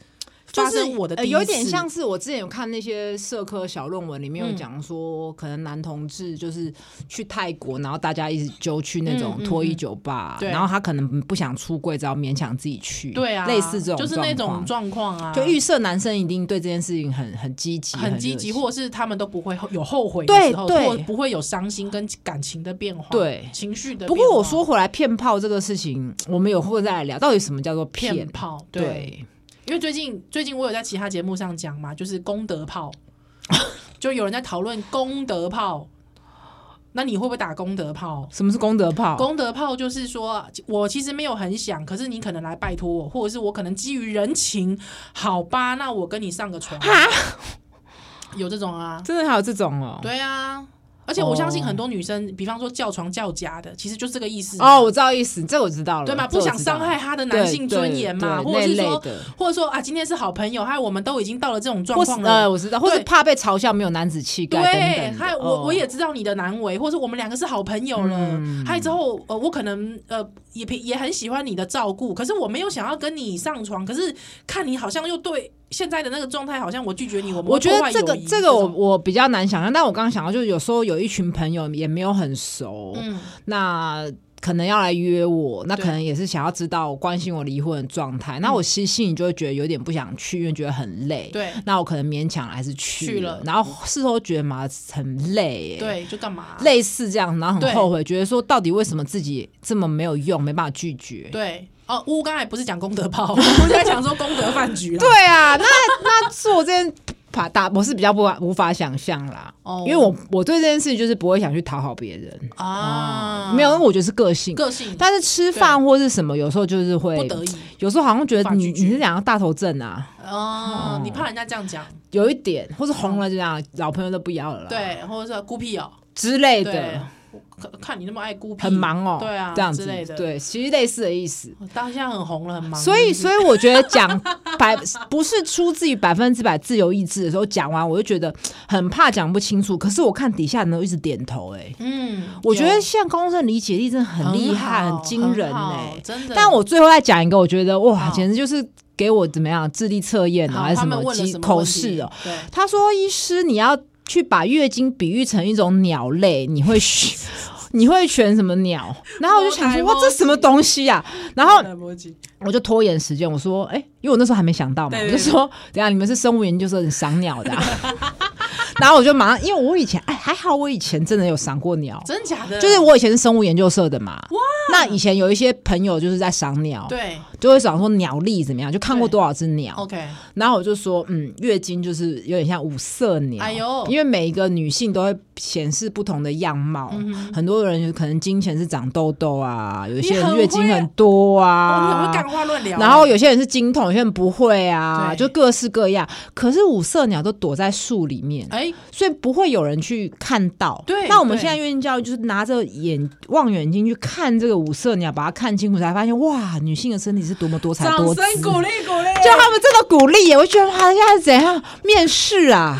S2: 就
S1: 发
S2: 是
S1: 生我的第
S2: 呃
S1: 一次、
S2: 有点像是我之前有看那些社科小论文，里面有
S1: 嗯
S2: 讲说，可能男同志就是去泰国，然后大家一直揪去那种
S1: 嗯嗯
S2: 脱衣酒吧，
S1: 对
S2: 然后他可能不想出柜，只要勉强自己去，
S1: 对啊，
S2: 类似这种
S1: 就是那种状
S2: 状况。
S1: 况啊，
S2: 就预设男生一定对这件事情很很积极，
S1: 很积极，
S2: 热情
S1: 或者是他们都不会后有后悔
S2: 对
S1: 的时候，
S2: 对
S1: 或不会有伤心跟感情的变化，
S2: 对
S1: 情绪的变化。
S2: 不过我说回来，骗炮这个事情，我们有会再来聊，到底什么叫做
S1: 骗
S2: 骗？
S1: 炮，对，
S2: 对，
S1: 因为最近最近我有在其他节目上讲嘛，就是功德 炮，就有人在讨论功德炮，那你会不会打功德炮？
S2: 什么是功德炮？
S1: 功德炮就是说，我其实没有很想，可是你可能来拜托我，或者是我可能基于人情，好吧，那我跟你上个床，有这种啊，
S2: 真的还有这种哦？
S1: 对啊，而且
S2: 哦
S1: 我相信很多女生，比方说叫床叫家的，其实就是这个意思
S2: 哦，我知道意思，这我知道了，
S1: 对嘛，
S2: 这
S1: 不
S2: 我知
S1: 想
S2: 道
S1: 伤害她的
S2: 对
S1: 男性尊严嘛，
S2: 对
S1: 或者是
S2: 那类
S1: 说，
S2: 的
S1: 或者说啊，今天是好朋友，还有我们都已经到了这种状
S2: 或是
S1: 况
S2: 呃，
S1: 了。
S2: 我知道，或是
S1: 对
S2: 怕被嘲笑没有男子气概等
S1: 对，
S2: 等的。
S1: 还有我、
S2: 哦
S1: 我也知道你的难为，或者我们两个是好朋友了。
S2: 嗯
S1: 还有之后，呃，我可能呃也平也很喜欢你的照顾，可是我没有想要跟你上床，可是看你好像又对现在的那个状态，好像我拒绝你，我们
S2: 我觉得这
S1: 这
S2: 个这个我我比较难想象，但我刚刚想到就是有时候有一群朋友也没有很熟，
S1: 嗯
S2: 那。可能要来约我，那
S1: 对嗯
S2: 可能也是想要知道关心我离婚的状态。那我其实心里就会觉得有点不想去，因为觉得很累。
S1: 对
S2: 那我可能勉强还是去
S1: 去了
S2: 然后事后觉得嘛很累耶，
S1: 对就干嘛？啊
S2: 类似这样，然后
S1: 对
S2: 很后悔，觉得说到底为什么自己这么没有用，没办法拒绝。
S1: 对哦，乌刚才不是讲功德炮， 我在讲说功德饭局啦。
S2: 对啊，那 那做这件打打我是比较不无法想象啦，
S1: 哦
S2: 因为我我对这件事就是不会想去讨好别人，
S1: 啊，
S2: 没有，因为我觉得是个性。
S1: 个性，
S2: 但是吃饭或是什么，有时候就是
S1: 不
S2: 会，
S1: 得已
S2: 有时候好像觉得
S1: 无法拒
S2: 你
S1: 绝
S2: 你是两个大头症啊，
S1: 哦，你怕人家这样讲，
S2: 有一点，或是红了就这样，老朋友都不要了啦，
S1: 嗯对，或者是孤僻哦，
S2: 之类
S1: 对
S2: 的，，
S1: 看看你那么爱孤僻，
S2: 很，忙哦，
S1: 对啊
S2: 这样
S1: 之
S2: 子
S1: 类的
S2: 对，其实类似的意思。
S1: 当下很红了，很忙，
S2: 所以，所以我觉得讲 百不是出自于百分之百自由意志的时候，讲完我就觉得很怕讲不清楚。可是我看底下人都一直点头、哎，
S1: 嗯，
S2: 我觉
S1: 有
S2: 得现在公正理解力真的很厉害，
S1: 好
S2: 很惊人
S1: 好
S2: 哎、
S1: 真的。
S2: 但我最后再讲一个，我觉得哇，
S1: 好
S2: 简直就是给我怎么样智力测验啊，
S1: 好
S2: 还是
S1: 他
S2: 什
S1: 们
S2: 么
S1: 问了
S2: 机
S1: 什么
S2: 口
S1: 问题
S2: 试哦、，
S1: 对，
S2: 他说：“医师，你要去把月经比喻成一种鸟类，你会学 你会选什么鸟？然后我就想说，哇，这什么东西啊？然后
S1: 来不及
S2: 我就拖延时间，我说，哎、因为我那时候还没想到嘛，
S1: 对
S2: 我
S1: 对
S2: 就说，等一下你们是生物研究生，你赏鸟的、啊。 然后我就马上，因为我以前哎还好，我以前真的有赏过鸟，
S1: 真假的？
S2: 就是我以前是生物研究社的嘛。哇！那以前有一些朋友就是在赏鸟，
S1: 对
S2: 就会想说鸟力怎么样，就看过
S1: 对哦
S2: 多少只鸟。
S1: ，OK，
S2: 然后我就说，嗯，月经就是有点像五色鸟，
S1: 哎呦
S2: 因为每一个女性都会显示不同的样貌，
S1: 嗯
S2: 很多人有可能经前是长痘痘啊，有一
S1: 你
S2: 些
S1: 很
S2: 人
S1: 会
S2: 月经很多
S1: 我哦们很
S2: 啊
S1: 会。干话乱聊。欸
S2: 然后有些人是经痛，有些人不会啊，
S1: 对
S2: 就各式各样。可是五色鸟都躲在树里面，
S1: 哎，
S2: 所以不会有人去看到。
S1: 对
S2: 那我们
S1: 对
S2: 现在孕教育就是拿着眼望远镜去看这个五色鸟，把它看清楚，才发现哇，女性的身体是多么多彩
S1: 掌
S2: 多姿。
S1: 声鼓励鼓励，
S2: 就他们真的鼓励耶，我觉得他现在是怎样面试啊？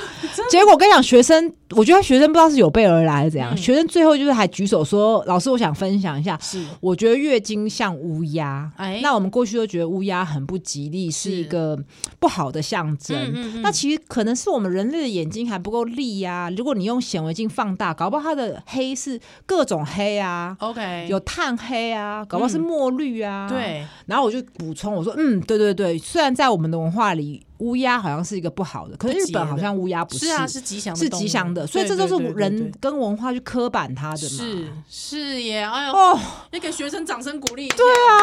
S2: 结果我跟你讲，学生，我觉得学生不知道是有备而来还是怎
S1: 嗯
S2: 样，学生最后就是还举手说：“老师，我想分享一下，
S1: 是
S2: 我觉得月经像乌鸦。
S1: 哎
S2: 那我们过去都觉得乌鸦很不吉利，是一个不好的象征。
S1: 嗯嗯嗯
S2: 那其实可能是我们人类的眼睛还不够利呀、如果你用显微镜放大，搞不好它的黑是各种黑啊。
S1: OK，
S2: 有炭黑啊，搞不好是
S1: 嗯
S2: 墨绿啊，
S1: 对
S2: 然后我就补充我说，嗯，对对对，虽然在我们的文化里，乌鸦好像是一个不好的，可是
S1: 不
S2: 日
S1: 吉
S2: 本
S1: 的
S2: 好像乌鸦不
S1: 是啊，是吉祥的
S2: 是
S1: 动物，
S2: 吉祥的，所以
S1: 对
S2: 这都是
S1: 对对对
S2: 人
S1: 对
S2: 跟文化去刻板它的嘛。
S1: 是是耶，哎呦，
S2: 哦，
S1: 要给学生掌声鼓励。对啊，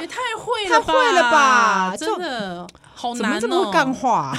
S1: 也太会了吧，
S2: 太会了吧
S1: 真的好
S2: 怎
S1: 难
S2: 么
S1: 哦。
S2: 这么会干话啊、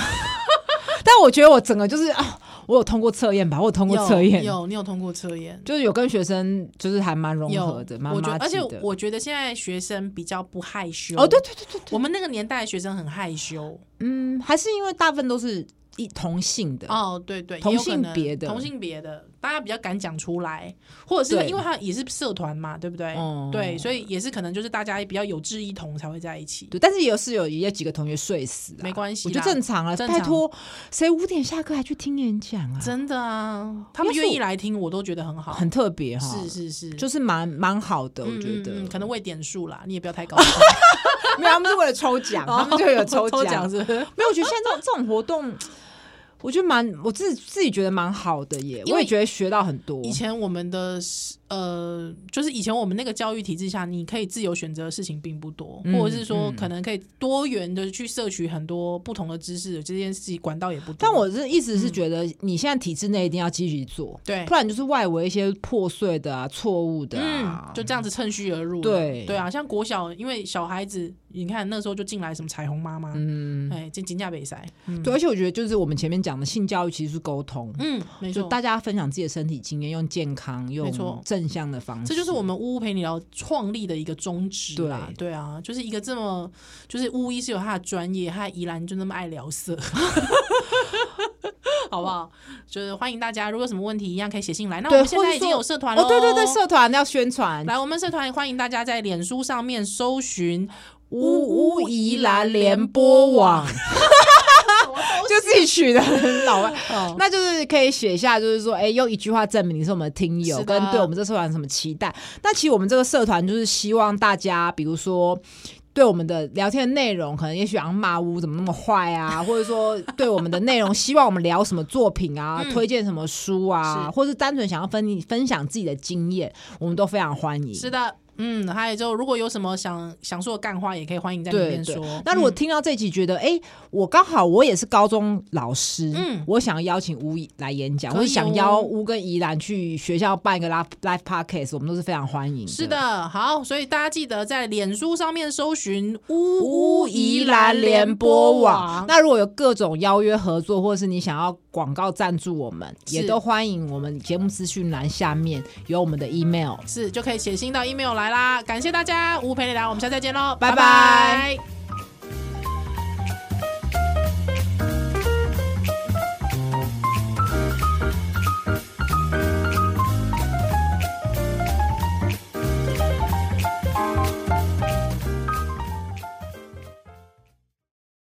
S2: 但我觉得我整个就是啊，我有通过测验 吧，我有通过
S1: 有
S2: 测验，
S1: 有你有通过测验。
S2: 就是有跟学生就是还蛮融
S1: 有
S2: 合的，蛮
S1: 我觉
S2: 麻
S1: 得，而
S2: 吉
S1: 且
S2: 的。
S1: 我觉得现在学生比较不害羞。
S2: 哦，对，对对对对，
S1: 我们那个年代的学生很害羞。
S2: 嗯，还是因为大部分都是一同性的，
S1: 哦，对对，也
S2: 同
S1: 有可
S2: 性
S1: 能
S2: 别的
S1: 同性别的，大家比较敢讲出来，或者是
S2: 对
S1: 因为他也是社团嘛，对不对？
S2: 哦
S1: 对，所以也是可能就是大家比较有志一同才会在一起。
S2: 对，但是也是有也有几个同学睡死、啊，
S1: 没关系啦
S2: 我觉得正常啊。
S1: 正
S2: 拜
S1: 常
S2: 托，谁五点下课还去听演讲啊？
S1: 真的啊，他
S2: 因
S1: 们
S2: 为是
S1: 愿意
S2: 我
S1: 来听，我都觉得很好。
S2: 很特别哈，
S1: 是是是，
S2: 就是蛮蛮好的，我
S1: 嗯
S2: 觉得。
S1: 嗯嗯可能为点数啦，你也不要太高 兴。
S2: 没有，他们是为了抽奖，他们就 有哦抽
S1: 抽奖是不是？
S2: 没有，我觉得现在这种这种活动，我觉得蛮，我自己自己觉得蛮好的耶，
S1: 因
S2: 我
S1: 为
S2: 也觉得学到很多。
S1: 以前我们的呃，就是以前我们那个教育体制下，你可以自由选择的事情并不多，
S2: 嗯
S1: 或者是说
S2: 嗯
S1: 可能可以多元的去摄取很多不同的知识，这件事情管道也不多。
S2: 但我是一直是觉得，你现在体制内一定要积极做，
S1: 嗯对
S2: 不然就是外围一些破碎的啊、错误的
S1: 嗯
S2: 啊，，
S1: 就这样子趁虚而入了。
S2: 对
S1: 对啊，像国小，因为小孩子，你看那时候就进来什么彩虹妈妈，
S2: 嗯，
S1: 哎，金金价北塞，嗯
S2: 对。而且我觉得就是我们前面讲的性教育其实是沟通，
S1: 嗯，没
S2: 就
S1: 错，
S2: 大家分享自己的身体经验，用健康、
S1: 没
S2: 用
S1: 错
S2: 正向的方式，
S1: 这就是我们呜呜陪你聊创立的一个宗旨啦。
S2: 对
S1: 对啊，就是一个这么，就是巫医是有他的专业，他依然就那么爱聊色， 好不好？就是欢迎大家，如果有什么问题一样可以写信来。那我
S2: 对
S1: 们现
S2: 或
S1: 在
S2: 是
S1: 已经
S2: 说
S1: 有社团了、
S2: 哦，对对对，社团要宣传，
S1: 来我们社团也欢迎大家在脸书上面搜寻，
S2: 呜呜宜兰联播网，就自己取的很老外。
S1: 哦
S2: 那就是可以写下，就是说，哎、用一句话证明你是我们的听友，
S1: 是的
S2: 跟对我们这社团有什么期待。那其实我们这个社团就是希望大家，比如说。对我们的聊天的内容，可能也许像骂屋怎么那么 坏啊，或者说对我们的内容，希望我们聊什么作品啊，推荐什么书啊，
S1: 嗯是
S2: 或是单纯想要分分享自己的经验，我们都非常欢迎。
S1: 是的，嗯，还有就如果有什么想想说的干话，也可以欢迎在里
S2: 对
S1: 面
S2: 对
S1: 说。
S2: 那如果
S1: 嗯
S2: 听到这集觉得，哎、我刚好我也是高中老师，
S1: 嗯
S2: 我想要邀请乌来演讲，
S1: 可以
S2: 或者想邀
S1: 哦
S2: 乌跟宜兰去学校办一个 live live podcast，我们都是非常欢迎。
S1: 是，的，好，所以大家记得在脸书上面搜寻“
S2: 乌
S1: 乌
S2: 宜兰联播网。。那如果有各种邀约合作，或者是你想要广告赞助我们，也
S1: 是
S2: 都欢迎我们节目资讯栏下面有我们的 email。
S1: 是，就可以写信到 email 来啦。感谢大家，吴陪你聊，我们下次再见喽，
S2: 拜拜
S1: 拜